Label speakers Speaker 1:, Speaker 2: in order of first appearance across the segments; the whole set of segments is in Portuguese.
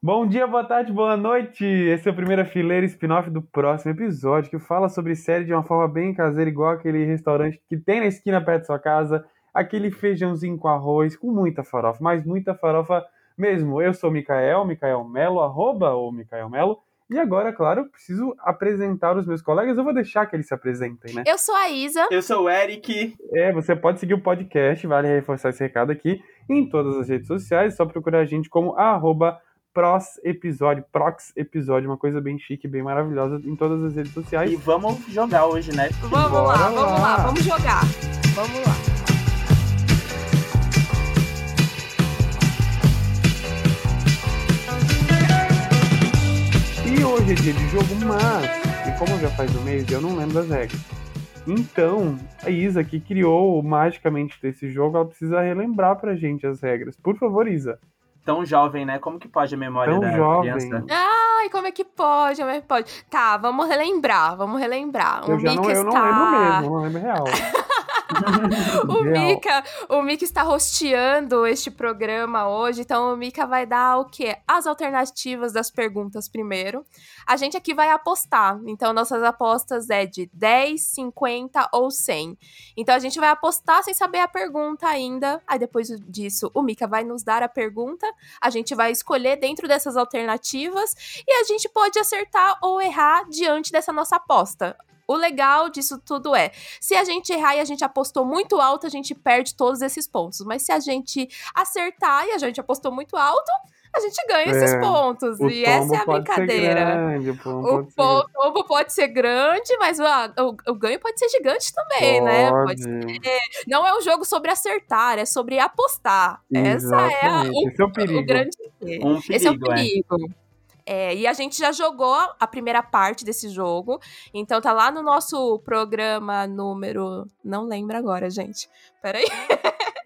Speaker 1: Bom dia, boa tarde, boa noite! Esse é o primeiro fileira spin-off do próximo episódio, que fala sobre série de uma forma bem caseira, igual aquele restaurante que tem na esquina perto da sua casa, aquele feijãozinho com arroz, com muita farofa, mas muita farofa mesmo. Eu sou o Micael, Micael Melo, arroba o Micael Melo, e agora, claro, eu preciso apresentar os meus colegas, eu vou deixar que eles se apresentem, né?
Speaker 2: Eu sou a Isa.
Speaker 3: Eu sou o Eric.
Speaker 1: É, você pode seguir o podcast, vale reforçar esse recado aqui, em todas as redes sociais, é só procurar a gente como arroba Prox episódio, Prox episódio, uma coisa bem chique, bem maravilhosa em todas as redes sociais.
Speaker 3: E vamos jogar hoje, né?
Speaker 2: Vamos
Speaker 1: Bora
Speaker 2: lá, vamos lá,
Speaker 1: lá.
Speaker 2: vamos jogar. Vamos lá.
Speaker 1: E hoje é dia de jogo, mas, e como já faz um mês, eu não lembro das regras. Então, a Isa, que criou o magicamente desse jogo, ela precisa relembrar pra gente as regras. Por favor, Isa.
Speaker 3: Tão jovem, né? Como que pode a memória
Speaker 1: Tão
Speaker 3: da
Speaker 1: jovem.
Speaker 3: criança?
Speaker 2: Ai, como é que pode? Como é que pode? Tá, vamos relembrar, vamos relembrar. Um
Speaker 1: eu já não,
Speaker 2: Mika
Speaker 1: eu não
Speaker 2: está...
Speaker 1: lembro mesmo, eu não lembro real.
Speaker 2: O
Speaker 1: Real.
Speaker 2: Mika, o Mika está hosteando este programa hoje, então o Mika vai dar o quê? As alternativas das perguntas primeiro. A gente aqui vai apostar, então nossas apostas é de 10, 50 ou 100. Então a gente vai apostar sem saber a pergunta ainda, aí depois disso o Mika vai nos dar a pergunta, a gente vai escolher dentro dessas alternativas e a gente pode acertar ou errar diante dessa nossa aposta. O legal disso tudo é, se a gente errar e a gente apostou muito alto, a gente perde todos esses pontos. Mas se a gente acertar e a gente apostou muito alto, a gente ganha esses
Speaker 1: É,
Speaker 2: pontos.
Speaker 1: O
Speaker 2: E essa
Speaker 1: tombo
Speaker 2: é a
Speaker 1: pode ser
Speaker 2: brincadeira.
Speaker 1: grande, o tombo
Speaker 2: O
Speaker 1: pode ser
Speaker 2: po- tombo pode ser grande, mas ah, o, o ganho pode ser gigante também, né? Pode ser-
Speaker 1: Pode.
Speaker 2: Não é um jogo sobre acertar, é sobre apostar. Essa é a-
Speaker 1: Exatamente. Esse é o
Speaker 2: o,
Speaker 1: perigo.
Speaker 2: o grande
Speaker 3: Um
Speaker 2: esse é o
Speaker 3: perigo, é.
Speaker 2: perigo. É, e a gente já jogou a primeira parte desse jogo. Então tá lá no nosso programa número. Não lembro agora, gente. Peraí.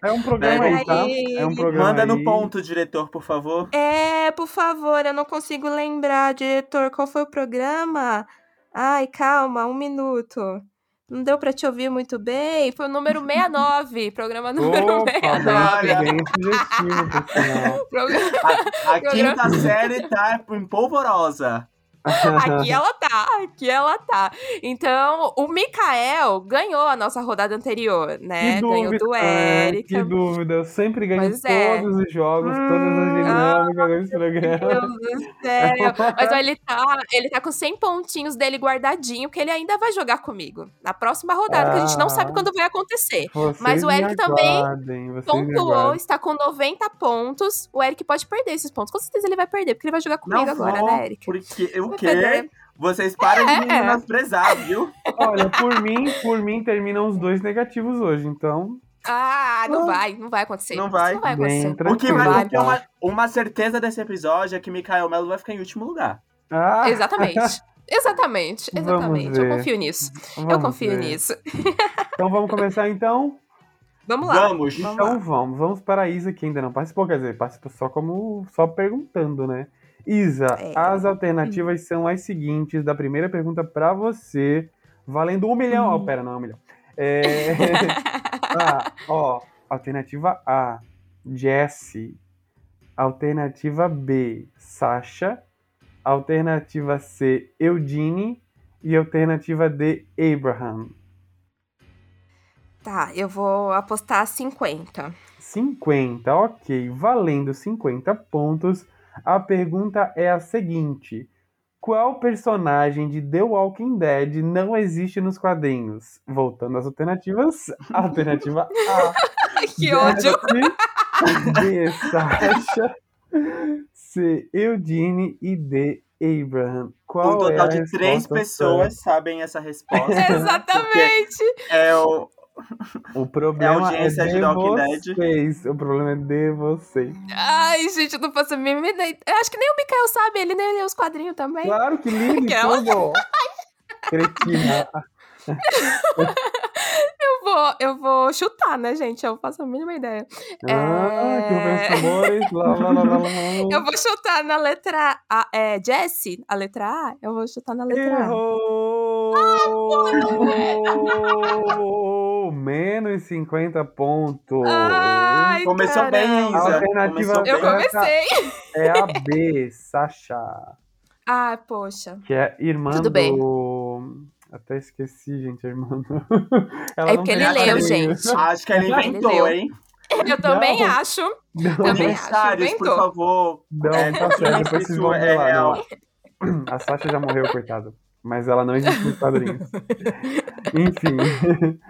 Speaker 1: É um programa
Speaker 3: Peraí.
Speaker 1: aí, tá? É um programa
Speaker 3: Manda no
Speaker 1: aí.
Speaker 3: ponto, diretor, por favor.
Speaker 2: É, por favor, eu não consigo lembrar, diretor, qual foi o programa? Ai, calma, um minuto. Não deu pra te ouvir muito bem. Foi o número 69, programa número
Speaker 1: Opa,
Speaker 2: 69.
Speaker 1: bem, bem sugestivo, por sinal.
Speaker 2: Programa-
Speaker 3: A,
Speaker 2: Programa.
Speaker 3: a quinta série tá em polvorosa.
Speaker 2: Aqui ela tá, aqui ela tá. Então, o Mikael ganhou a nossa rodada anterior, né?
Speaker 1: que
Speaker 2: ganhou
Speaker 1: dúvida,
Speaker 2: do
Speaker 1: né?
Speaker 2: Eric.
Speaker 1: Que dúvida, eu sempre ganho
Speaker 2: Pois é.
Speaker 1: todos os jogos, todas as
Speaker 3: Hum,
Speaker 1: dinâmicas desse programa.
Speaker 2: Deus do céu. Mas ó, ele tá, ele tá com 100 pontinhos dele guardadinho, porque ele ainda vai jogar comigo. Na próxima rodada, que a gente não sabe
Speaker 1: Ah.
Speaker 2: quando vai acontecer.
Speaker 1: Vocês
Speaker 2: Mas o Eric
Speaker 1: me
Speaker 2: também
Speaker 1: aguardem, vocês me
Speaker 2: Pontuou,
Speaker 1: aguardem.
Speaker 2: está com 90 pontos. O Eric pode perder esses pontos. Com certeza ele vai perder, porque ele vai jogar comigo
Speaker 3: Não
Speaker 2: agora,
Speaker 3: vou,
Speaker 2: né, Eric?
Speaker 3: porque o
Speaker 2: Vai
Speaker 3: quê?
Speaker 2: perder.
Speaker 3: Vocês param de
Speaker 2: É.
Speaker 3: me menosprezar, viu?
Speaker 2: então.
Speaker 1: Olha, por mim, por mim terminam os dois negativos hoje, então.
Speaker 2: Ah, não vai, não vai acontecer.
Speaker 3: Não
Speaker 2: Isso
Speaker 3: vai. então
Speaker 2: Não vai acontecer.
Speaker 1: Bem,
Speaker 3: O que vai
Speaker 2: Vai.
Speaker 3: ter uma, uma certeza desse episódio é que Mikael Melo vai ficar em último lugar.
Speaker 1: Ah,
Speaker 2: Exatamente. Exatamente,
Speaker 1: Vamos
Speaker 2: exatamente. Eu
Speaker 1: ver.
Speaker 2: confio nisso. eu
Speaker 1: vamos
Speaker 2: confio
Speaker 1: ver.
Speaker 2: nisso.
Speaker 1: Então vamos começar então?
Speaker 2: Vamos lá.
Speaker 3: Vamos.
Speaker 2: Vamos lá.
Speaker 1: Então vamos, vamos para a Isa que ainda não participou, quer dizer, participa só como só perguntando, né? Isa,
Speaker 2: É.
Speaker 1: as alternativas são as seguintes. Da primeira pergunta para você, valendo um milhão. Ó, pera, não é um milhão. É... ah, ó, alternativa A, Jesse. Alternativa B, Sasha. Alternativa C, Eudine. E alternativa D, Abraham.
Speaker 2: Tá, eu vou apostar 50.
Speaker 1: 50, ok. Valendo 50 pontos, a pergunta é a seguinte: Qual personagem de The Walking Dead não existe nos quadrinhos? Voltando às alternativas: Alternativa A.
Speaker 2: que ódio!
Speaker 1: Jesse, B. Sasha. C. Eudine e D. Abraham. Qual
Speaker 3: Um
Speaker 1: é a
Speaker 3: total de três
Speaker 1: resposta
Speaker 3: pessoas sabem essa resposta.
Speaker 2: Exatamente!
Speaker 3: É o,
Speaker 1: certa? O problema é,
Speaker 3: audiência de
Speaker 1: de
Speaker 3: Walking Dead.
Speaker 1: vocês. O problema é de vocês.
Speaker 2: Ai, gente, eu não faço a mínima ideia. Eu acho que nem o Mikael sabe, ele nem lê os quadrinhos também.
Speaker 1: Claro que lindo e
Speaker 2: Aquela.
Speaker 1: tudo. Cretina.
Speaker 2: Eu vou, eu vou chutar, né, gente? Eu não faço a mínima ideia.
Speaker 1: Ah, que
Speaker 2: É.
Speaker 1: vem os tambores. Lá, lá, lá, lá, lá.
Speaker 2: Eu vou chutar na letra A. É, Jesse, a letra A, "Tá." eu vou chutar na letra A. Ah,
Speaker 1: Errou! Errou menos 50 pontos.
Speaker 2: Ai,
Speaker 3: Começou bem,
Speaker 2: caramba.
Speaker 1: A
Speaker 3: Isa.
Speaker 1: alternativa
Speaker 3: Começou
Speaker 2: Eu
Speaker 3: bem.
Speaker 2: comecei.
Speaker 1: É a B, Sasha.
Speaker 2: Ah, poxa.
Speaker 1: Que é irmã
Speaker 2: Tudo
Speaker 1: do.
Speaker 2: bem.
Speaker 1: Até esqueci, gente, a irmã do.
Speaker 2: É porque ele
Speaker 3: leu,
Speaker 1: carinho.
Speaker 2: gente.
Speaker 3: Acho que ele
Speaker 2: Ele
Speaker 3: inventou,
Speaker 2: deu.
Speaker 3: hein?
Speaker 2: Eu também
Speaker 1: Não.
Speaker 2: acho.
Speaker 1: Não,
Speaker 2: Também acho,
Speaker 3: Aniversários, por
Speaker 2: inventou.
Speaker 3: favor.
Speaker 1: não, tá certo. Depois vocês
Speaker 3: Isso
Speaker 1: vão
Speaker 3: é
Speaker 1: ver lá.
Speaker 3: real.
Speaker 1: não. A Sasha já morreu, coitada. Mas ela não existe nos quadrinhos. Enfim.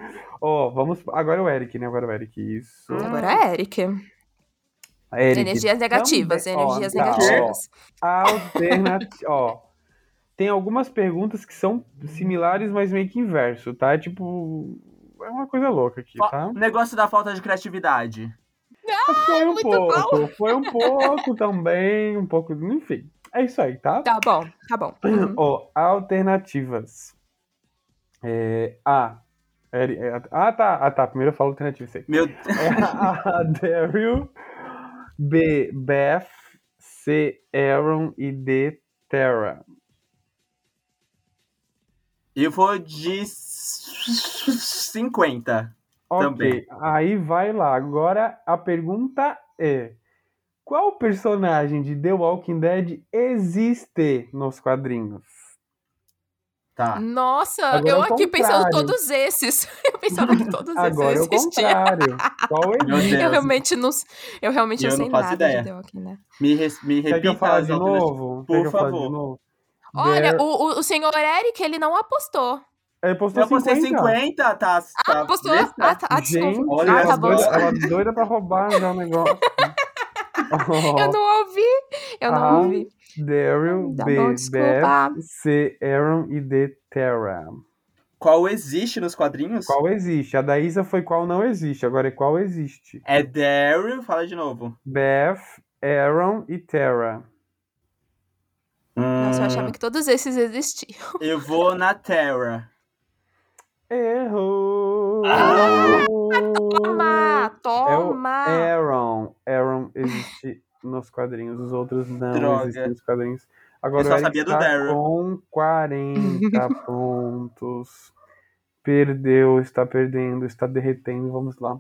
Speaker 1: Ó, vamos. Agora o Eric, né? Agora o Eric. Isso.
Speaker 3: Hum.
Speaker 2: Agora é Eric.
Speaker 1: Eric.
Speaker 2: Energias negativas,
Speaker 1: Também. Ó,
Speaker 2: energias
Speaker 1: tá,
Speaker 2: negativas.
Speaker 1: Alternativa. ó. Tem algumas perguntas que são similares, mas meio que inverso, tá? É tipo. É uma coisa louca aqui,
Speaker 3: Fa-
Speaker 1: tá?
Speaker 3: Negócio da falta de criatividade.
Speaker 1: foi um
Speaker 2: muito
Speaker 1: pouco, foi um pouco também, um pouco. Enfim, é isso aí, tá?
Speaker 2: Tá bom, tá bom. Uhum.
Speaker 1: Ó, alternativas. É, a. Eri- é, Ah, tá. Ah, tá. Primeiro eu falo alternativa, sei.
Speaker 3: Meu
Speaker 1: É a a Daryl. B. Beth. C. Aaron. E D. Terra.
Speaker 3: Eu vou de 50.
Speaker 1: Ok.
Speaker 3: Também.
Speaker 1: Aí vai lá. Agora a pergunta é: Qual personagem de The Walking Dead existe nos quadrinhos?
Speaker 3: Tá.
Speaker 2: Nossa,
Speaker 1: Agora é
Speaker 2: eu
Speaker 1: o
Speaker 2: aqui pensando
Speaker 1: contrário.
Speaker 2: todos esses. Eu pensava que todos
Speaker 1: Agora é
Speaker 2: esses
Speaker 1: o
Speaker 2: existiam.
Speaker 1: contrário. Qual
Speaker 3: Meu
Speaker 1: existe?
Speaker 2: Eu
Speaker 3: Deus.
Speaker 2: realmente não, eu realmente
Speaker 3: Eu
Speaker 2: não sei
Speaker 3: não faço
Speaker 2: nada de
Speaker 3: ideia.
Speaker 2: né? The Walking Dead.
Speaker 3: Me, res, me
Speaker 1: Quer que eu
Speaker 3: repita
Speaker 1: fale
Speaker 3: as
Speaker 1: de
Speaker 3: alternativas.
Speaker 1: novo?
Speaker 3: Por
Speaker 1: Quer que eu fale
Speaker 3: favor.
Speaker 1: de novo?
Speaker 2: Olha,
Speaker 1: There-
Speaker 2: o, o, o senhor Eric, ele não apostou.
Speaker 1: Ele postou
Speaker 3: Eu postei
Speaker 1: 50.
Speaker 3: 50, tá? tá
Speaker 2: Apostou?
Speaker 3: besta?
Speaker 2: Ah, tá. Ah,
Speaker 1: Gente,
Speaker 2: desculpa.
Speaker 3: olha,
Speaker 2: ah,
Speaker 1: ela,
Speaker 2: tá
Speaker 3: as
Speaker 2: bom.
Speaker 3: duas-
Speaker 1: doida, ela doida pra roubar já o negócio.
Speaker 2: Eu não ouvi. Eu não
Speaker 1: Ah,
Speaker 2: ouvi.
Speaker 1: Daryl,
Speaker 2: Tá
Speaker 1: B,
Speaker 2: bom, desculpa.
Speaker 1: Beth, C, Aaron e D, Terra.
Speaker 3: Qual existe nos quadrinhos?
Speaker 1: Qual existe? A da Isa foi qual não existe. Agora é qual existe?
Speaker 3: É Daryl, fala de novo.
Speaker 1: Beth, Aaron e Terra.
Speaker 2: Nossa, eu
Speaker 3: Hum,
Speaker 2: achava que todos esses existiam.
Speaker 3: eu vou na Terra.
Speaker 1: Errou!
Speaker 3: Ah,
Speaker 1: Ah, é
Speaker 2: Toma, toma.
Speaker 1: Aaron. Aaron existe nos quadrinhos. Os outros não
Speaker 3: Droga.
Speaker 1: existem nos quadrinhos. Agora
Speaker 3: Eu
Speaker 1: o
Speaker 3: só
Speaker 1: Eric
Speaker 3: sabia do
Speaker 1: tá
Speaker 3: Daryl.
Speaker 1: com 40 pontos. Perdeu, está perdendo, está derretendo. Vamos lá.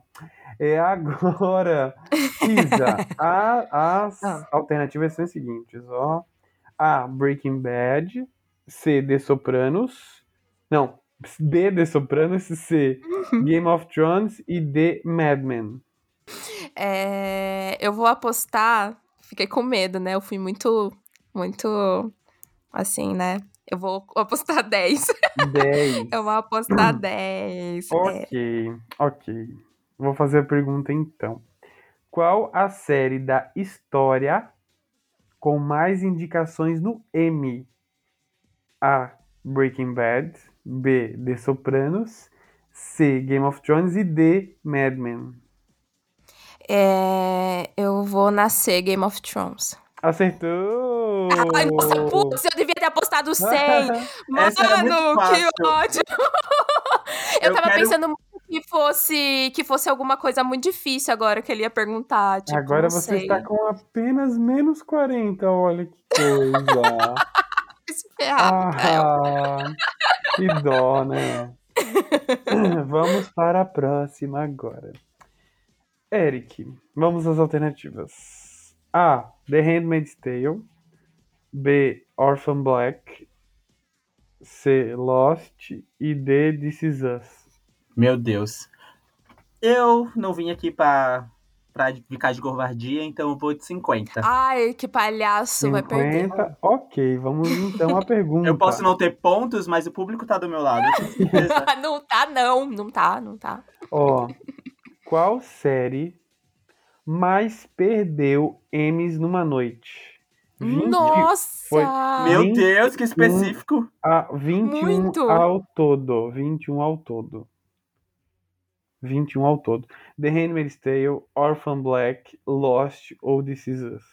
Speaker 1: É agora. Isa, a- as
Speaker 3: Tá.
Speaker 2: Ah.
Speaker 1: alternativas são as seguintes, ó. A, Breaking Bad. C, The Sopranos. Não, B, The Sopranos. C, Game of Thrones. E D, Mad Men.
Speaker 2: É, eu vou apostar. Fiquei com medo, né? Eu fui muito, muito assim, né? Eu vou apostar 10.
Speaker 1: 10.
Speaker 2: Eu vou
Speaker 3: Hum.
Speaker 2: apostar 10. É.
Speaker 1: Ok, ok. Vou fazer a pergunta então. Qual a série da história com mais indicações no M? A. Breaking Bad. B. The Sopranos. C. Game of Thrones. E D. Mad Men.
Speaker 2: É, eu vou nascer Game of Thrones.
Speaker 1: Acertou!
Speaker 2: Ai, nossa, putz, eu devia ter apostado 100. Mano,
Speaker 3: Essa era muito fácil.
Speaker 2: que ódio! eu,
Speaker 3: Eu
Speaker 2: tava
Speaker 3: quero-
Speaker 2: pensando muito que fosse que fosse alguma coisa muito difícil agora que ele ia perguntar. Tipo,
Speaker 1: Agora
Speaker 2: não
Speaker 1: você
Speaker 2: sei.
Speaker 1: está
Speaker 3: tá
Speaker 1: com apenas menos 40. Olha que coisa!
Speaker 2: Se ferrar.
Speaker 1: Ah, que dó, né? vamos para a próxima agora. Eric, vamos às alternativas. A. The Handmaid's Tale. B. Orphan Black. C. Lost. E D. This Is Us.
Speaker 3: Meu Deus. Eu não vim aqui pra, pra ficar de covardia, então eu vou de 50.
Speaker 2: Ai, que palhaço, vai perder.
Speaker 1: 50. Ok, vamos então à pergunta.
Speaker 3: Eu posso não ter pontos, mas o público tá do meu lado. eu tenho certeza.
Speaker 2: não tá, não. Não tá, não tá.
Speaker 1: Ó, qual série mais perdeu M's numa noite? um 20
Speaker 2: Nossa!
Speaker 1: foi-
Speaker 3: Meu
Speaker 1: Vinte
Speaker 3: Deus, que específico.
Speaker 1: a 21
Speaker 2: Muito!
Speaker 1: ao todo. 21 ao todo. 21 ao todo. The Handmaid's Tale, Orphan Black, Lost ou This Is Us.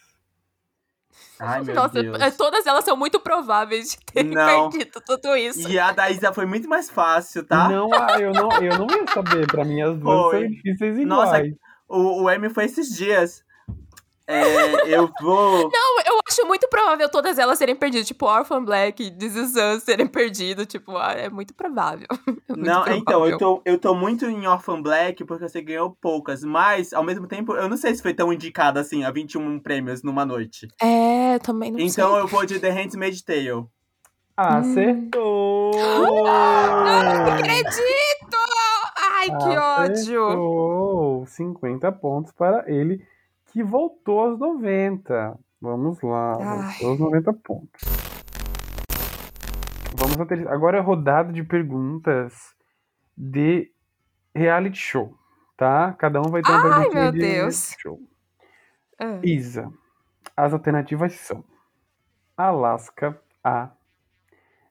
Speaker 3: Ai, meu
Speaker 2: Nossa,
Speaker 3: Deus.
Speaker 2: é, todas elas são muito prováveis de terem
Speaker 3: Não.
Speaker 2: perdido tudo isso.
Speaker 3: E a da Isa foi muito mais fácil, tá?
Speaker 1: Não, ah, eu não, eu não ia saber. Pra mim, as duas
Speaker 3: Foi.
Speaker 1: são difíceis
Speaker 3: Nossa,
Speaker 1: iguais.
Speaker 3: O, o M foi esses dias. É, eu vou.
Speaker 2: Não, eu acho acho muito provável todas elas serem perdidas. Tipo, Orphan Black, This Is Us serem perdidas. Tipo, ah, é muito provável. É muito
Speaker 3: não, então, eu
Speaker 2: provável.
Speaker 3: tô, eu tô muito em Orphan Black porque você ganhou poucas, mas ao mesmo tempo, eu não sei se foi tão indicada assim a 21 prêmios numa noite.
Speaker 2: É, também não
Speaker 3: então
Speaker 2: sei.
Speaker 3: eu vou de The Handmaid's Tale.
Speaker 1: Acertou!
Speaker 3: ah,
Speaker 2: Não acredito! Ai, que ódio!
Speaker 1: Acertou. 50 pontos para ele, que voltou aos 90. Vamos lá,
Speaker 2: Ai.
Speaker 1: voltou aos 90 pontos. Vamos à terceira- Agora é rodada de perguntas de reality show, tá? Cada um vai ter uma
Speaker 2: Ai,
Speaker 1: perguntinha
Speaker 2: meu
Speaker 1: de
Speaker 2: Deus.
Speaker 1: reality show.
Speaker 2: Ah.
Speaker 1: Isa, as alternativas são Alaska A,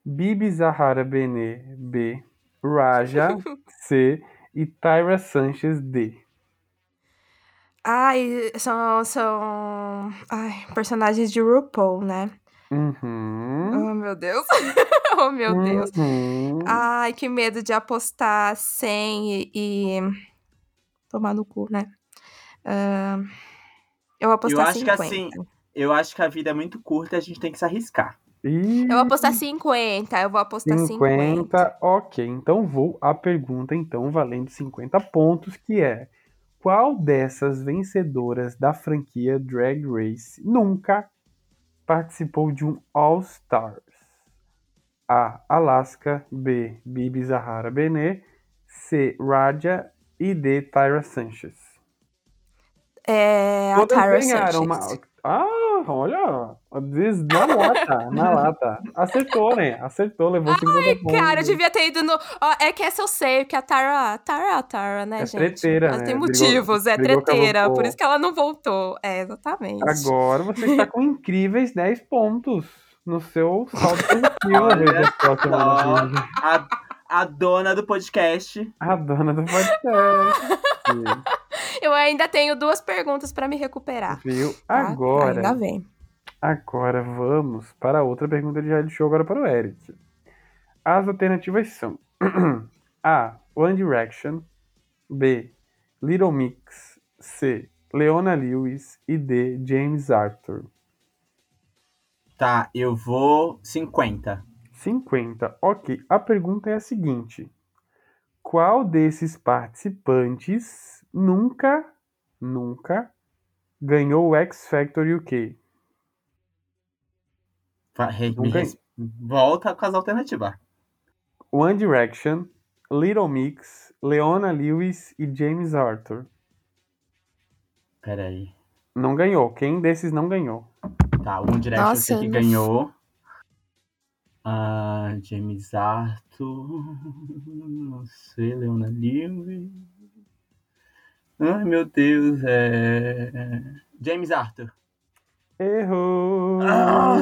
Speaker 1: Bibi Zahara Benet B, Raja C e Tyra Sanchez D.
Speaker 2: Ai, são, são ai, personagens de RuPaul, né?
Speaker 1: Uhum.
Speaker 2: Oh, meu Deus. oh, meu
Speaker 3: Hum.
Speaker 2: Deus. Ah,
Speaker 1: Uhum.
Speaker 2: Ai, que medo de apostar 100 e, e tomar no cu, né? Ahn, eu vou apostar
Speaker 3: acho que
Speaker 2: 50.
Speaker 3: assim- Eu acho que a vida é muito curta e a gente tem que se arriscar.
Speaker 1: E
Speaker 2: Eu vou apostar 50, eu vou apostar 50.
Speaker 1: 50, ok. Então vou à pergunta, então, valendo 50 pontos, que é qual dessas vencedoras da franquia Drag Race nunca participou de um All Stars? A. Alaska, B. Bibi Zahara Benet, C. Raja e D. Tyra Sanchez.
Speaker 2: É, a
Speaker 1: Todas
Speaker 2: Tara
Speaker 1: ganharam
Speaker 2: Sanchez.
Speaker 1: uma... Ah, olha, diz na lata, na lata. Acertou, né? Acertou, levou 50 pontos.
Speaker 2: Cara, eu devia ter ido no. ó, é que essa eu sei, porque a Tara. Tara, Tara, né,
Speaker 1: É
Speaker 2: gente?
Speaker 1: treteira,
Speaker 2: Ela
Speaker 1: né?
Speaker 2: tem
Speaker 1: Brigou-
Speaker 2: motivos, é
Speaker 1: brigou com a
Speaker 2: treteira.
Speaker 1: RuPaul.
Speaker 2: Por isso que ela não voltou. É, exatamente.
Speaker 1: Agora você está com incríveis 10 pontos no seu saldo positivo.
Speaker 3: Olha
Speaker 1: Veja só, que
Speaker 3: só.
Speaker 1: maravilha.
Speaker 3: A, a dona do podcast.
Speaker 1: A dona do podcast.
Speaker 2: Eu ainda tenho duas perguntas pra me recuperar.
Speaker 1: Viu?
Speaker 2: tá? Ainda
Speaker 1: Agora,
Speaker 2: vem.
Speaker 1: agora vamos para outra pergunta de reality show agora para o Eric. As alternativas são A. One Direction B. Little Mix C. Leona Lewis e D. James Arthur.
Speaker 3: Tá, eu vou 50.
Speaker 1: 50. Ok, a pergunta é a seguinte: qual desses participantes nunca, nunca ganhou o X Factor UK?
Speaker 3: Vai, re-
Speaker 1: Não
Speaker 3: me
Speaker 1: tem.
Speaker 3: res- Volta com as alternativas.
Speaker 1: One Direction, Little Mix, Leona Lewis e James Arthur.
Speaker 3: Peraí.
Speaker 1: Não ganhou. Quem desses não ganhou?
Speaker 3: Tá, One Direction eu sei
Speaker 2: Nossa,
Speaker 3: que
Speaker 2: eu não-
Speaker 3: ganhou. Ah, James Arthur. Não sei, Leona Lewis. Ai, meu Deus, é. James Arthur.
Speaker 1: Errou!
Speaker 3: Ah,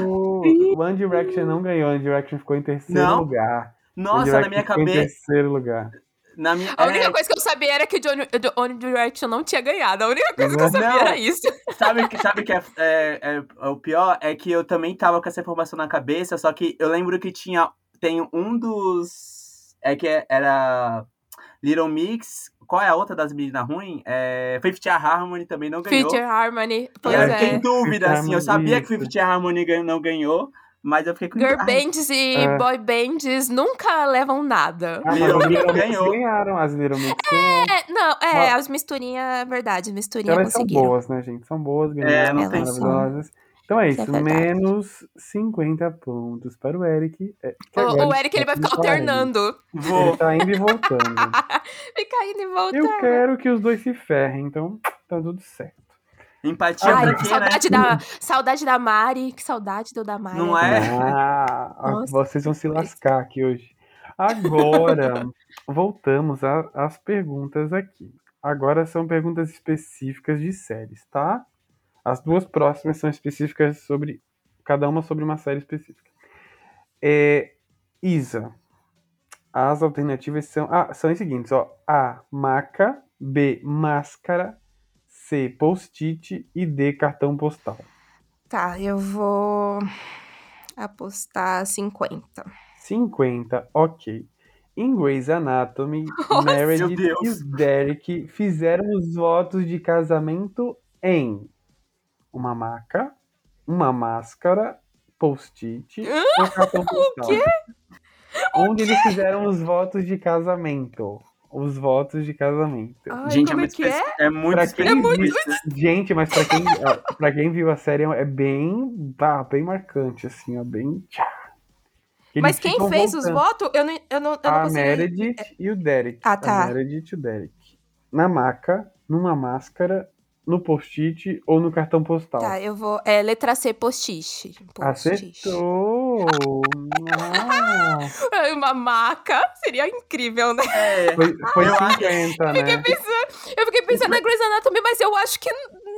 Speaker 1: One Direction não ganhou. One Direction ficou em terceiro
Speaker 3: Não?
Speaker 1: lugar. One
Speaker 3: Nossa, na
Speaker 1: Direction
Speaker 3: minha
Speaker 1: ficou em
Speaker 3: cabeça.
Speaker 1: terceiro lugar.
Speaker 3: Na minha...
Speaker 2: A única
Speaker 3: é,
Speaker 2: coisa que eu sabia era que o Johnny, o One Direction não tinha ganhado. A única coisa que eu sabia
Speaker 3: Não.
Speaker 2: era isso.
Speaker 3: Sabe o que, sabe que é, é- é- é o pior? É que eu também tava com essa informação na cabeça, só que eu lembro que tinha. Tem um dos. É que é- era. Little Mix. Qual é a outra das meninas ruim? É, Fifth Harmony também não ganhou.
Speaker 2: Feature Harmony. Pois
Speaker 3: eu
Speaker 2: é.
Speaker 3: fiquei em dúvida,
Speaker 1: Fifth
Speaker 3: assim. Eu
Speaker 1: Harmony,
Speaker 3: sabia que
Speaker 1: isso.
Speaker 3: Fifth Harmony ganhou- não ganhou, mas eu fiquei com
Speaker 2: Girl
Speaker 3: Ai,
Speaker 2: bands e
Speaker 1: É.
Speaker 2: boy bands nunca levam nada.
Speaker 1: Ah, mas
Speaker 3: Little
Speaker 1: as
Speaker 3: Mix
Speaker 1: Little Mix
Speaker 3: ganhou.
Speaker 1: ganharam. As Little Mix ganharam.
Speaker 2: É, não, é,
Speaker 1: Mas-
Speaker 2: as misturinhas, é verdade, misturinha
Speaker 1: Elas são
Speaker 2: conseguiram.
Speaker 1: boas, né, gente? São boas,
Speaker 3: É,
Speaker 1: ganharam,
Speaker 3: não
Speaker 2: tem como.
Speaker 1: maravilhosas. Então é
Speaker 2: Isso é
Speaker 1: isso,
Speaker 2: verdade.
Speaker 1: menos 50 pontos para o Eric. é, que
Speaker 2: O,
Speaker 1: agora
Speaker 2: o Eric ele vai
Speaker 1: está
Speaker 2: ficar
Speaker 1: com 40.
Speaker 2: alternando.
Speaker 3: Vou.
Speaker 1: Ele tá indo e voltando.
Speaker 2: Fica indo e voltando.
Speaker 1: Eu quero que os dois se ferrem, então tá tudo certo.
Speaker 3: Empatia
Speaker 2: Ai,
Speaker 3: pra
Speaker 2: que
Speaker 3: quê, né?
Speaker 2: saudade, da, saudade da Mari. Que saudade do da Mari.
Speaker 3: Não é?
Speaker 1: Ah,
Speaker 2: Nossa,
Speaker 1: vocês vão se
Speaker 2: que
Speaker 1: lascar aqui hoje. Agora, voltamos a- às perguntas aqui. Agora são perguntas específicas de séries, tá? As duas próximas são específicas sobre. Cada uma sobre uma série específica. É, Isa. As alternativas são. Ah, são as seguintes, ó. A. Maca. B. Máscara. C. Post-it. E D. Cartão postal.
Speaker 2: Tá, eu vou apostar 50.
Speaker 1: 50, ok. Em Grey's Anatomy,
Speaker 3: Meu
Speaker 1: Meredith
Speaker 3: Deus.
Speaker 1: e Derek fizeram os votos de casamento em uma maca, uma máscara, post-it e um cartão postal.
Speaker 2: quê?
Speaker 1: Onde eles fizeram os votos de casamento. Os votos de casamento.
Speaker 2: Ai,
Speaker 3: Gente, é
Speaker 2: como é
Speaker 3: muito,
Speaker 2: que é?
Speaker 3: espe- é muito
Speaker 1: Pra quem,
Speaker 3: específico
Speaker 1: viu-
Speaker 3: isso.
Speaker 1: Gente, mas pra quem, ó, pra quem viu a série é bem, bah, bem marcante, assim, ó, bem. tchá. Eles
Speaker 2: Mas quem
Speaker 1: ficam
Speaker 2: fez os
Speaker 1: voltando.
Speaker 2: votos, eu não, eu não, eu não
Speaker 1: A
Speaker 2: consigo.
Speaker 1: Meredith e o Derek.
Speaker 2: Ah, tá.
Speaker 1: A Meredith e o Derek. Na maca, numa máscara, no post-it ou no cartão postal.
Speaker 2: Tá, eu vou. É letra C, postiche. Postiche.
Speaker 1: Acertou! Nossa.
Speaker 2: Ai, É Uma maca. Seria incrível, né?
Speaker 3: É.
Speaker 1: Foi, foi
Speaker 3: Eu acho-
Speaker 1: 50,
Speaker 2: Fiquei
Speaker 1: né?
Speaker 2: pensando, eu fiquei pensando na Grey's Anatomy, mas eu acho que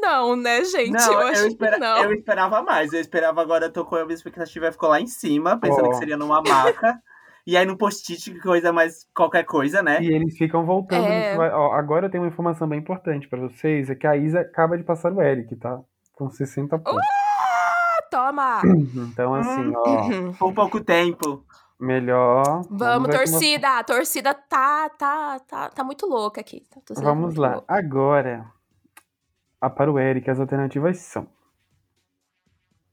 Speaker 2: não, né, gente? eu
Speaker 3: Não,
Speaker 2: acho
Speaker 3: eu, espera-
Speaker 2: que não.
Speaker 3: eu esperava mais. Eu esperava agora, tô com a minha expectativa, ficou lá em cima, pensando
Speaker 1: Ó.
Speaker 3: que seria numa maca. e aí no post-it, que coisa mais qualquer coisa, né?
Speaker 1: E eles ficam voltando.
Speaker 2: É.
Speaker 1: nisso. Vai- ó, agora eu tenho uma informação bem importante pra vocês: é que a Isa acaba de passar o Eric, tá? Com 60 pontos.
Speaker 2: Ah, toma!
Speaker 1: Então,
Speaker 2: Hum.
Speaker 1: assim, ó,
Speaker 3: Por pouco tempo.
Speaker 1: melhor.
Speaker 2: Vamos,
Speaker 1: ver como-
Speaker 2: torcida! A torcida tá, tá, tá, tá muito louca aqui. Tá- a torcida tá
Speaker 1: Vamos
Speaker 2: muito
Speaker 1: lá.
Speaker 2: louca.
Speaker 1: Agora, a para o Eric, as alternativas são: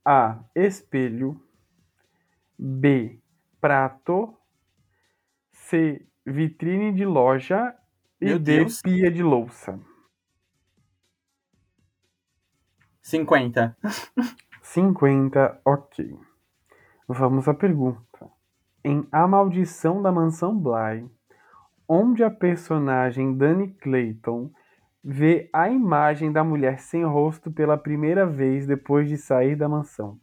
Speaker 1: A. Espelho. B. Prato. C. Vitrine de loja. E
Speaker 3: Meu
Speaker 1: D.
Speaker 3: Deus.
Speaker 1: Pia de louça.
Speaker 3: 50.
Speaker 1: 50, ok. Vamos à pergunta. Em A Maldição da Mansão Bly, onde a personagem Dani Clayton vê a imagem da mulher sem rosto pela primeira vez depois de sair da mansão?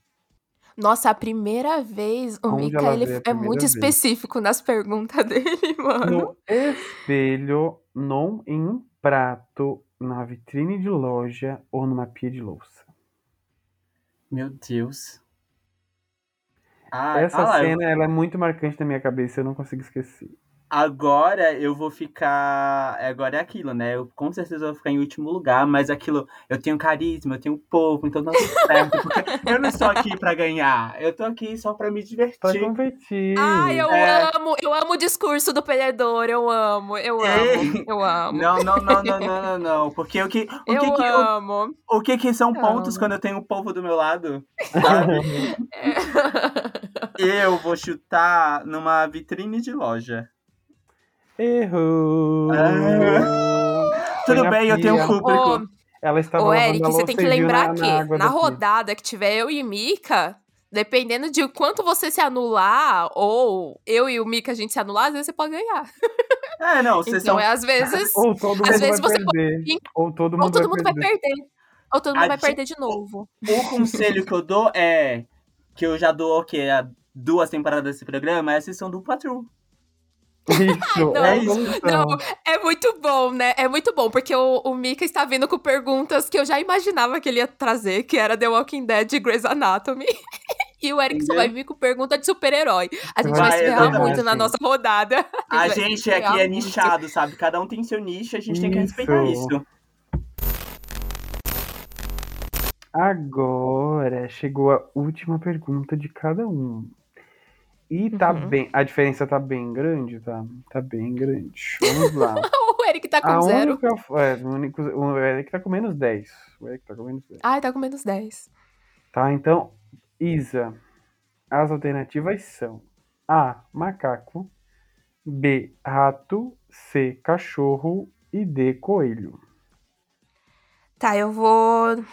Speaker 2: Nossa, a primeira vez o
Speaker 1: Aonde
Speaker 2: Mika
Speaker 1: ela
Speaker 2: ele
Speaker 1: veio a
Speaker 2: é
Speaker 1: primeira
Speaker 2: muito
Speaker 1: vez?
Speaker 2: específico nas perguntas dele, mano.
Speaker 1: No espelho, num, em um prato, na vitrine de loja ou numa pia de louça.
Speaker 3: Meu Deus. Ah,
Speaker 1: Essa
Speaker 3: ah lá, eu-
Speaker 1: cena ela é muito marcante na minha cabeça, eu não consigo esquecer.
Speaker 3: agora eu vou ficar. Agora é aquilo, né? Eu com certeza vou ficar em último lugar, mas aquilo, eu tenho carisma, eu tenho povo, então tá tudo certo. Porque eu não estou aqui pra ganhar. Eu tô aqui só pra me
Speaker 1: Pra
Speaker 3: divertir.
Speaker 1: competir.
Speaker 2: Ai, eu
Speaker 3: É.
Speaker 2: amo, eu amo o discurso do perdedor, eu amo, eu
Speaker 3: É.
Speaker 2: amo,
Speaker 3: Ei.
Speaker 2: eu amo.
Speaker 3: Não, não, não, não, não, não, não. Porque o que, o
Speaker 2: Tá eu
Speaker 3: que, que, o,
Speaker 2: amo.
Speaker 3: o que, que são
Speaker 2: Eu
Speaker 3: pontos
Speaker 2: amo.
Speaker 3: quando eu tenho o povo do meu lado? Sabe? eu vou chutar numa vitrine de loja.
Speaker 1: Errou! Tem
Speaker 3: Ah, Tudo
Speaker 1: a
Speaker 3: bem, eu tenho um
Speaker 1: pia.
Speaker 2: Ô,
Speaker 3: público. tá
Speaker 1: Ela estava
Speaker 2: ô
Speaker 1: lavando
Speaker 2: Eric,
Speaker 1: a
Speaker 2: você
Speaker 1: louça
Speaker 2: tem que
Speaker 1: e viu
Speaker 2: lembrar
Speaker 1: na,
Speaker 2: que
Speaker 1: na
Speaker 2: na,
Speaker 1: água da pia.
Speaker 2: rodada que tiver eu e Mika, dependendo de quanto você se anular, ou eu e o Mika a gente se anular, às vezes você pode ganhar.
Speaker 3: É, não, vocês
Speaker 2: então,
Speaker 3: são.
Speaker 2: é, às vezes, ou
Speaker 1: Ou todo mundo
Speaker 2: Às
Speaker 1: vai
Speaker 2: vezes você
Speaker 1: perder.
Speaker 2: pode- assim,
Speaker 1: Ou todo mundo,
Speaker 2: todo mundo vai
Speaker 1: vai perder.
Speaker 2: perder. Ou todo mundo
Speaker 3: A
Speaker 2: vai
Speaker 3: gente-
Speaker 2: perder de novo.
Speaker 3: O conselho que eu dou é. Que eu já dou o quê? Há duas temporadas desse programa, é a sessão do Patrul.
Speaker 1: Isso,
Speaker 2: Não,
Speaker 1: é
Speaker 3: isso.
Speaker 1: isso.
Speaker 2: Não, é muito bom, né? É muito bom, porque o, o Mika está vindo com perguntas que eu já imaginava que ele ia trazer, que era The Walking Dead e Grey's Anatomy. E o Eric só
Speaker 3: Entendeu?
Speaker 2: vai vir com pergunta de super-herói. A gente vai,
Speaker 3: Vai,
Speaker 2: se
Speaker 3: é
Speaker 2: ferrar
Speaker 3: verdade.
Speaker 2: muito na nossa rodada.
Speaker 3: A
Speaker 2: Vai
Speaker 3: gente
Speaker 2: ganhar
Speaker 3: aqui é
Speaker 2: muito.
Speaker 3: nichado, sabe? Cada um tem seu nicho, a gente tem que
Speaker 1: Isso.
Speaker 3: respeitar isso.
Speaker 1: Agora chegou a última pergunta de cada um. E tá
Speaker 2: Uhum.
Speaker 1: bem. A diferença tá bem grande, tá? Tá bem grande. Vamos lá.
Speaker 2: O Eric tá com
Speaker 1: a
Speaker 2: zero.
Speaker 1: única. É, o, único, o Eric tá com menos 10. O Eric tá com menos 10.
Speaker 2: Ai, tá com menos 10.
Speaker 1: Tá, então, Isa, as alternativas são A, macaco, B, rato, C, cachorro e D, coelho.
Speaker 2: Tá, eu vou.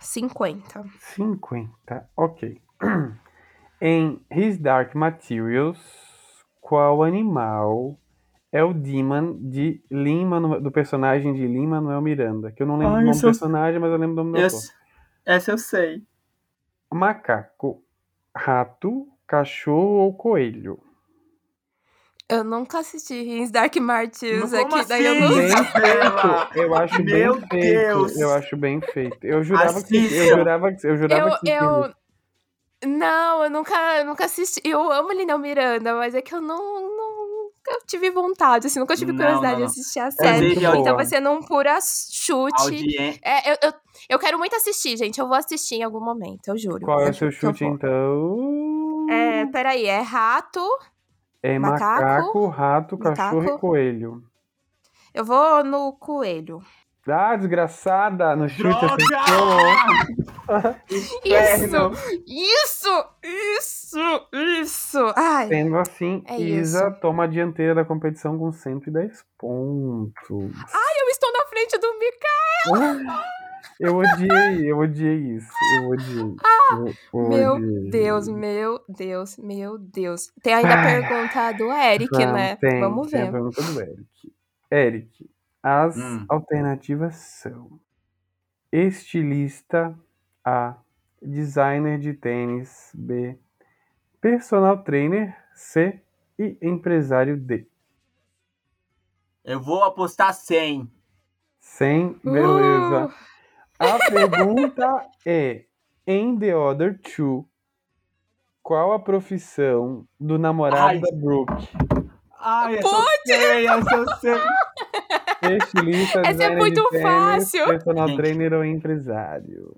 Speaker 2: 50.
Speaker 1: 50, ok. em His Dark Materials, qual animal é o demon de Lima, do personagem de Lima Manuel Miranda? Que eu não lembro
Speaker 3: Ai,
Speaker 1: o nome do
Speaker 3: isso eu-
Speaker 1: personagem, mas eu lembro o nome do
Speaker 3: Eu-
Speaker 1: autor.
Speaker 3: essa eu sei.
Speaker 1: Macaco, rato, cachorro ou coelho?
Speaker 2: Eu nunca assisti Rins Dark Martins
Speaker 3: Como
Speaker 2: aqui, daí eu
Speaker 3: assim?
Speaker 2: não.
Speaker 1: Bem
Speaker 3: Isabela!
Speaker 1: feito. Eu acho
Speaker 3: Meu
Speaker 1: bem feito.
Speaker 3: Deus.
Speaker 1: Eu acho bem feito. Eu jurava que
Speaker 3: Assista.
Speaker 1: eu jurava que eu jurava
Speaker 2: Eu,
Speaker 1: que
Speaker 2: eu... Não, eu nunca, eu nunca assisti. Eu amo Linel Miranda, mas é que eu não, não- nunca tive vontade, assim, nunca tive
Speaker 3: Não,
Speaker 2: curiosidade
Speaker 3: não, não.
Speaker 2: de assistir a
Speaker 1: é
Speaker 2: série.
Speaker 1: muito
Speaker 3: Então
Speaker 1: boa.
Speaker 2: Então vai ser num pura chute.
Speaker 3: Audien...
Speaker 2: É, eu, eu, eu quero muito assistir, gente. Eu vou assistir em algum momento, eu juro.
Speaker 1: Qual é
Speaker 2: Eu
Speaker 1: o seu
Speaker 2: juro que eu
Speaker 1: chute
Speaker 2: vou.
Speaker 1: então?
Speaker 2: É, peraí, é rato.
Speaker 1: É
Speaker 2: macaco,
Speaker 1: macaco, rato, cachorro
Speaker 2: macaco.
Speaker 1: e coelho.
Speaker 2: Eu vou no coelho.
Speaker 1: Ah, desgraçada, no chute
Speaker 3: Droga!
Speaker 2: Isso! Isso! Isso! Isso! Ai.
Speaker 1: Sendo assim,
Speaker 2: É
Speaker 1: Isa toma a dianteira da competição com 110 pontos.
Speaker 2: Eu estou na frente do Mika.
Speaker 1: Eu odiei, eu odiei isso. Eu odiei. eu,
Speaker 2: Ah, meu
Speaker 1: odiei.
Speaker 2: Deus, meu Deus, meu Deus. Tem ainda a
Speaker 1: Ah.
Speaker 2: pergunta do Eric,
Speaker 1: Vamos,
Speaker 2: né?
Speaker 1: tem,
Speaker 2: Vamos
Speaker 1: tem a
Speaker 2: ver.
Speaker 1: pergunta do Eric. Eric, as
Speaker 3: Hum.
Speaker 1: alternativas são estilista A, designer de tênis B, personal trainer C e empresário D.
Speaker 3: Eu vou apostar 100.
Speaker 1: Sem
Speaker 2: Uh!
Speaker 1: beleza. A pergunta é: em The Other Two, qual a profissão do namorado
Speaker 3: Ai.
Speaker 1: da Brooke?
Speaker 3: Ai, eu
Speaker 2: Putz!
Speaker 3: sei, eu sou sei.
Speaker 1: Estilista,
Speaker 2: Essa é
Speaker 1: designer
Speaker 2: muito
Speaker 1: de tênis,
Speaker 2: fácil.
Speaker 1: Personal
Speaker 3: Gente.
Speaker 1: trainer ou empresário?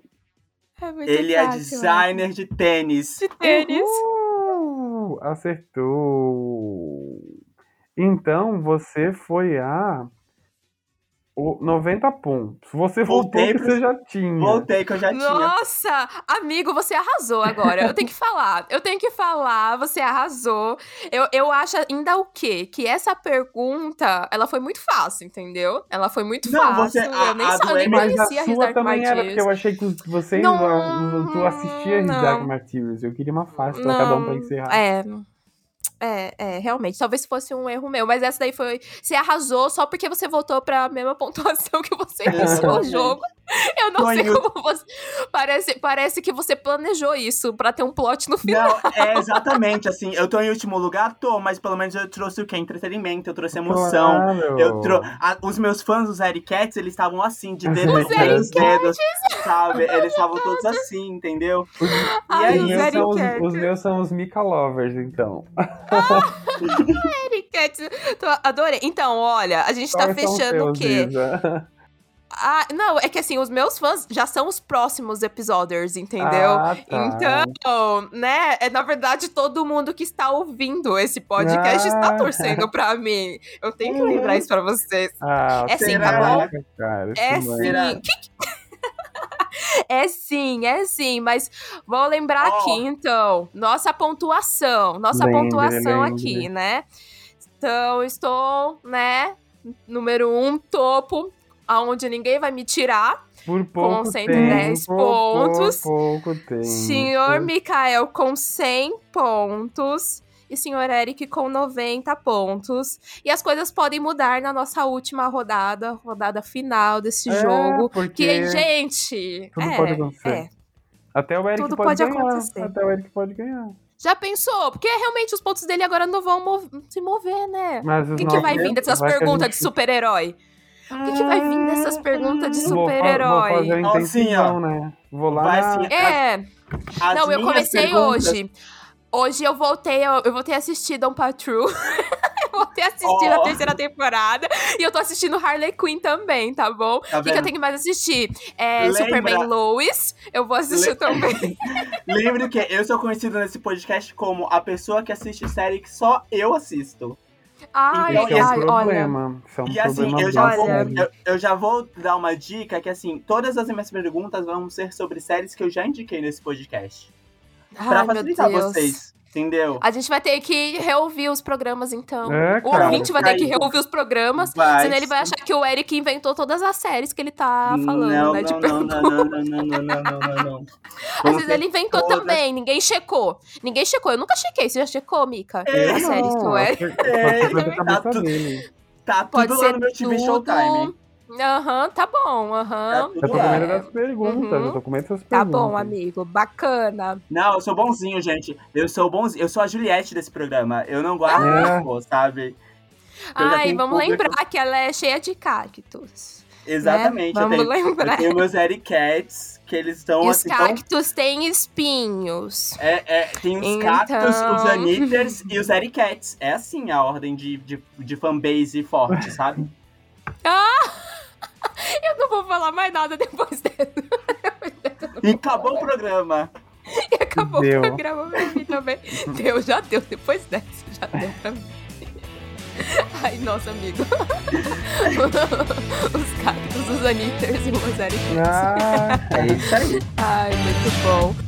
Speaker 2: É muito
Speaker 3: Ele é
Speaker 2: fácil,
Speaker 3: designer de tênis.
Speaker 2: Eric. de tênis.
Speaker 1: Uhul! Uh, acertou. Então você foi a o- 90 pontos. Você voltou
Speaker 3: Voltei
Speaker 1: que
Speaker 3: pro-
Speaker 1: você já tinha.
Speaker 3: Voltei que eu já tinha.
Speaker 2: Nossa, amigo, você arrasou agora. Eu tenho que falar. Eu tenho que falar, você arrasou. Eu, eu acho ainda o quê? Que essa pergunta, ela foi muito fácil, entendeu? Ela foi muito
Speaker 3: Não,
Speaker 2: fácil.
Speaker 3: você- a-
Speaker 2: eu nem,
Speaker 3: a
Speaker 2: sa- eu nem
Speaker 3: do Emerson-
Speaker 1: Mas a
Speaker 2: conhecia a
Speaker 1: sua
Speaker 2: Rizard
Speaker 1: também era,
Speaker 2: Martins.
Speaker 1: porque eu achei que os- vocês
Speaker 2: Não,
Speaker 1: não, tu assistia His Dark
Speaker 2: não.
Speaker 1: Materials. Eu queria uma fácil pra cada um pra
Speaker 2: Não,
Speaker 1: encerrar.
Speaker 2: É. É, é, realmente. Talvez fosse um erro meu, mas essa daí foi. Você arrasou só porque você voltou pra mesma pontuação que
Speaker 1: É.
Speaker 2: você iniciou o
Speaker 3: Exatamente.
Speaker 2: jogo. Eu não sei
Speaker 3: Sonho.
Speaker 2: como você. Parece, parece que você planejou isso pra ter um plot no final.
Speaker 3: Não, é exatamente assim. Eu tô em último lugar, tô, mas pelo menos eu trouxe o quê? Entretenimento, eu trouxe emoção.
Speaker 1: Claro.
Speaker 3: Eu tro... a- os meus fãs, os Ericats, eles estavam assim, de dedo
Speaker 1: Os
Speaker 3: entre os dedos, sabe? Eles estavam todos assim, entendeu?
Speaker 1: Os,
Speaker 3: E
Speaker 2: É
Speaker 3: aí,
Speaker 1: os meus
Speaker 2: Zero
Speaker 1: são então, os,
Speaker 2: Cat.
Speaker 1: os meus são os Mika Lovers, então.
Speaker 2: Zero Cat. Tô- Adorei. Então, olha, a gente tá
Speaker 1: Quais são os
Speaker 2: fechando o
Speaker 1: seus,
Speaker 2: quê?
Speaker 1: Isa?
Speaker 2: Ah, não, é que assim, os meus fãs já são os próximos episódios, entendeu?
Speaker 1: Ah, tá.
Speaker 2: Então, né? É, na verdade, todo mundo que está ouvindo esse podcast está
Speaker 1: Ah.
Speaker 2: torcendo pra mim. Eu tenho que
Speaker 3: Uhum.
Speaker 2: lembrar isso pra vocês.
Speaker 1: Ah,
Speaker 2: É sim,
Speaker 1: que
Speaker 3: tá
Speaker 1: manca, cara,
Speaker 2: É
Speaker 1: que manca.
Speaker 3: Será?
Speaker 2: sim. Que- É sim, é sim, mas vou lembrar
Speaker 3: Ó.
Speaker 2: aqui então, nossa pontuação, nossa
Speaker 1: Lembre,
Speaker 2: pontuação
Speaker 1: lembre.
Speaker 2: aqui, né? Então, estou, né, número um, topo, aonde ninguém vai me tirar.
Speaker 1: Por pouco
Speaker 2: 110
Speaker 1: tempo,
Speaker 2: pontos.
Speaker 1: Por pouco tempo.
Speaker 2: Senhor Mikael com 100 pontos e senhor Eric com 90 pontos. E as coisas podem mudar na nossa última rodada, rodada final desse
Speaker 1: É,
Speaker 2: jogo.
Speaker 1: porque
Speaker 2: Que, gente,
Speaker 1: tudo
Speaker 2: é,
Speaker 1: pode acontecer.
Speaker 2: é.
Speaker 1: Até o Eric
Speaker 2: tudo
Speaker 1: pode,
Speaker 2: pode
Speaker 1: ganhar.
Speaker 2: acontecer.
Speaker 1: Até o Eric pode ganhar.
Speaker 2: Já pensou? Porque realmente os pontos dele agora não vão mov- se mover, né?
Speaker 1: Mas
Speaker 2: O que, que vai vir dessas perguntas de super-herói? O que, que vai vir dessas perguntas de
Speaker 1: Vou fa- Vou fazer
Speaker 2: super-herói?
Speaker 1: uma
Speaker 3: Ó,
Speaker 1: intenção, né? Vou lá
Speaker 3: Vai
Speaker 1: na...
Speaker 3: sim.
Speaker 2: É.
Speaker 3: As
Speaker 2: não, eu
Speaker 3: minhas
Speaker 2: comecei
Speaker 3: perguntas-
Speaker 2: hoje. Hoje eu voltei, eu, eu vou ter assistido a um Patrol. eu vou ter assistido a
Speaker 3: Ó.
Speaker 2: terceira temporada. E eu tô assistindo Harley Quinn também, tá bom?
Speaker 3: Tá
Speaker 2: o que, que eu
Speaker 3: vendo?
Speaker 2: tenho que mais assistir? É,
Speaker 3: Lembra-
Speaker 2: Superman Lois. Eu vou assistir
Speaker 3: Le-
Speaker 2: também.
Speaker 3: Lembre que eu sou conhecido nesse podcast como a pessoa que assiste série que só eu assisto.
Speaker 2: Ai,
Speaker 3: Então,
Speaker 1: Isso é um
Speaker 2: ai, olha.
Speaker 1: problema. Isso é um
Speaker 3: E assim,
Speaker 1: problema
Speaker 3: eu já,
Speaker 1: bem
Speaker 3: vou,
Speaker 1: sério.
Speaker 3: eu, eu já vou dar uma dica que assim, todas as minhas perguntas vão ser sobre séries que eu já indiquei nesse podcast. Pra
Speaker 2: Ai, meu
Speaker 3: facilitar
Speaker 2: Deus.
Speaker 3: vocês, entendeu?
Speaker 2: A gente vai ter que reouvir os programas, então.
Speaker 1: É,
Speaker 2: o
Speaker 1: cara.
Speaker 2: ouvinte vai ter que
Speaker 3: Aí.
Speaker 2: reouvir os programas.
Speaker 3: Vai.
Speaker 2: Senão ele vai achar que o Eric inventou todas as séries que ele tá falando,
Speaker 3: não,
Speaker 2: né? de
Speaker 3: não,
Speaker 2: perguntas.
Speaker 3: não, não, não, não, não, não, não, não, não, não.
Speaker 2: Às
Speaker 3: Vamos
Speaker 2: vezes
Speaker 3: ter
Speaker 2: ele inventou
Speaker 3: todas.
Speaker 2: também, ninguém checou. Ninguém checou, eu nunca chequei. Você já checou, Mica?
Speaker 3: Eu
Speaker 2: A
Speaker 1: não,
Speaker 2: série que tu é.
Speaker 1: acho que- acho que foi da
Speaker 3: Tá
Speaker 1: cabeça
Speaker 3: tudo-
Speaker 1: dele. É
Speaker 3: Tá
Speaker 2: Pode
Speaker 3: tudo
Speaker 2: ser
Speaker 3: lá no meu TV
Speaker 2: tudo.
Speaker 3: Showtime.
Speaker 2: Aham, tá bom, aham.
Speaker 1: Eu
Speaker 3: Tá
Speaker 1: tô com medo
Speaker 3: Ué.
Speaker 1: das perguntas,
Speaker 2: Uhum.
Speaker 1: eu tô com medo dessas
Speaker 2: Tá
Speaker 1: perguntas.
Speaker 2: bom, amigo. Bacana.
Speaker 3: Não, eu sou bonzinho, gente. Eu sou bonzinho. Eu sou a Juliette desse programa. Eu não guardo
Speaker 1: Ah.
Speaker 3: rancor,
Speaker 2: Né?
Speaker 3: sabe? Eu já
Speaker 2: Ai,
Speaker 3: tenho
Speaker 2: vamos
Speaker 3: público.
Speaker 2: lembrar que ela é cheia de cactos.
Speaker 3: Exatamente.
Speaker 2: Né?
Speaker 3: Eu,
Speaker 2: Vamos
Speaker 3: tenho, eu
Speaker 2: lembrar.
Speaker 3: tenho meus Eric Cats, que eles estão
Speaker 2: E os
Speaker 3: assim. Tão,
Speaker 2: cactos têm espinhos.
Speaker 3: é, é, tem os
Speaker 2: Então.
Speaker 3: cactos, os Anitters e os Eric Cats. É assim a ordem de, de, de fanbase forte, sabe?
Speaker 2: Eu não vou falar mais nada depois dela.
Speaker 3: E acabou o programa.
Speaker 2: E acabou
Speaker 1: Deu.
Speaker 2: o programa pra mim também. Deu, já deu. Depois dessa, já deu pra mim. Ai, nossa, amigo. Os cactos, os aníters e o mosaico.
Speaker 1: Ah,
Speaker 3: É isso aí.
Speaker 2: Ai, muito bom.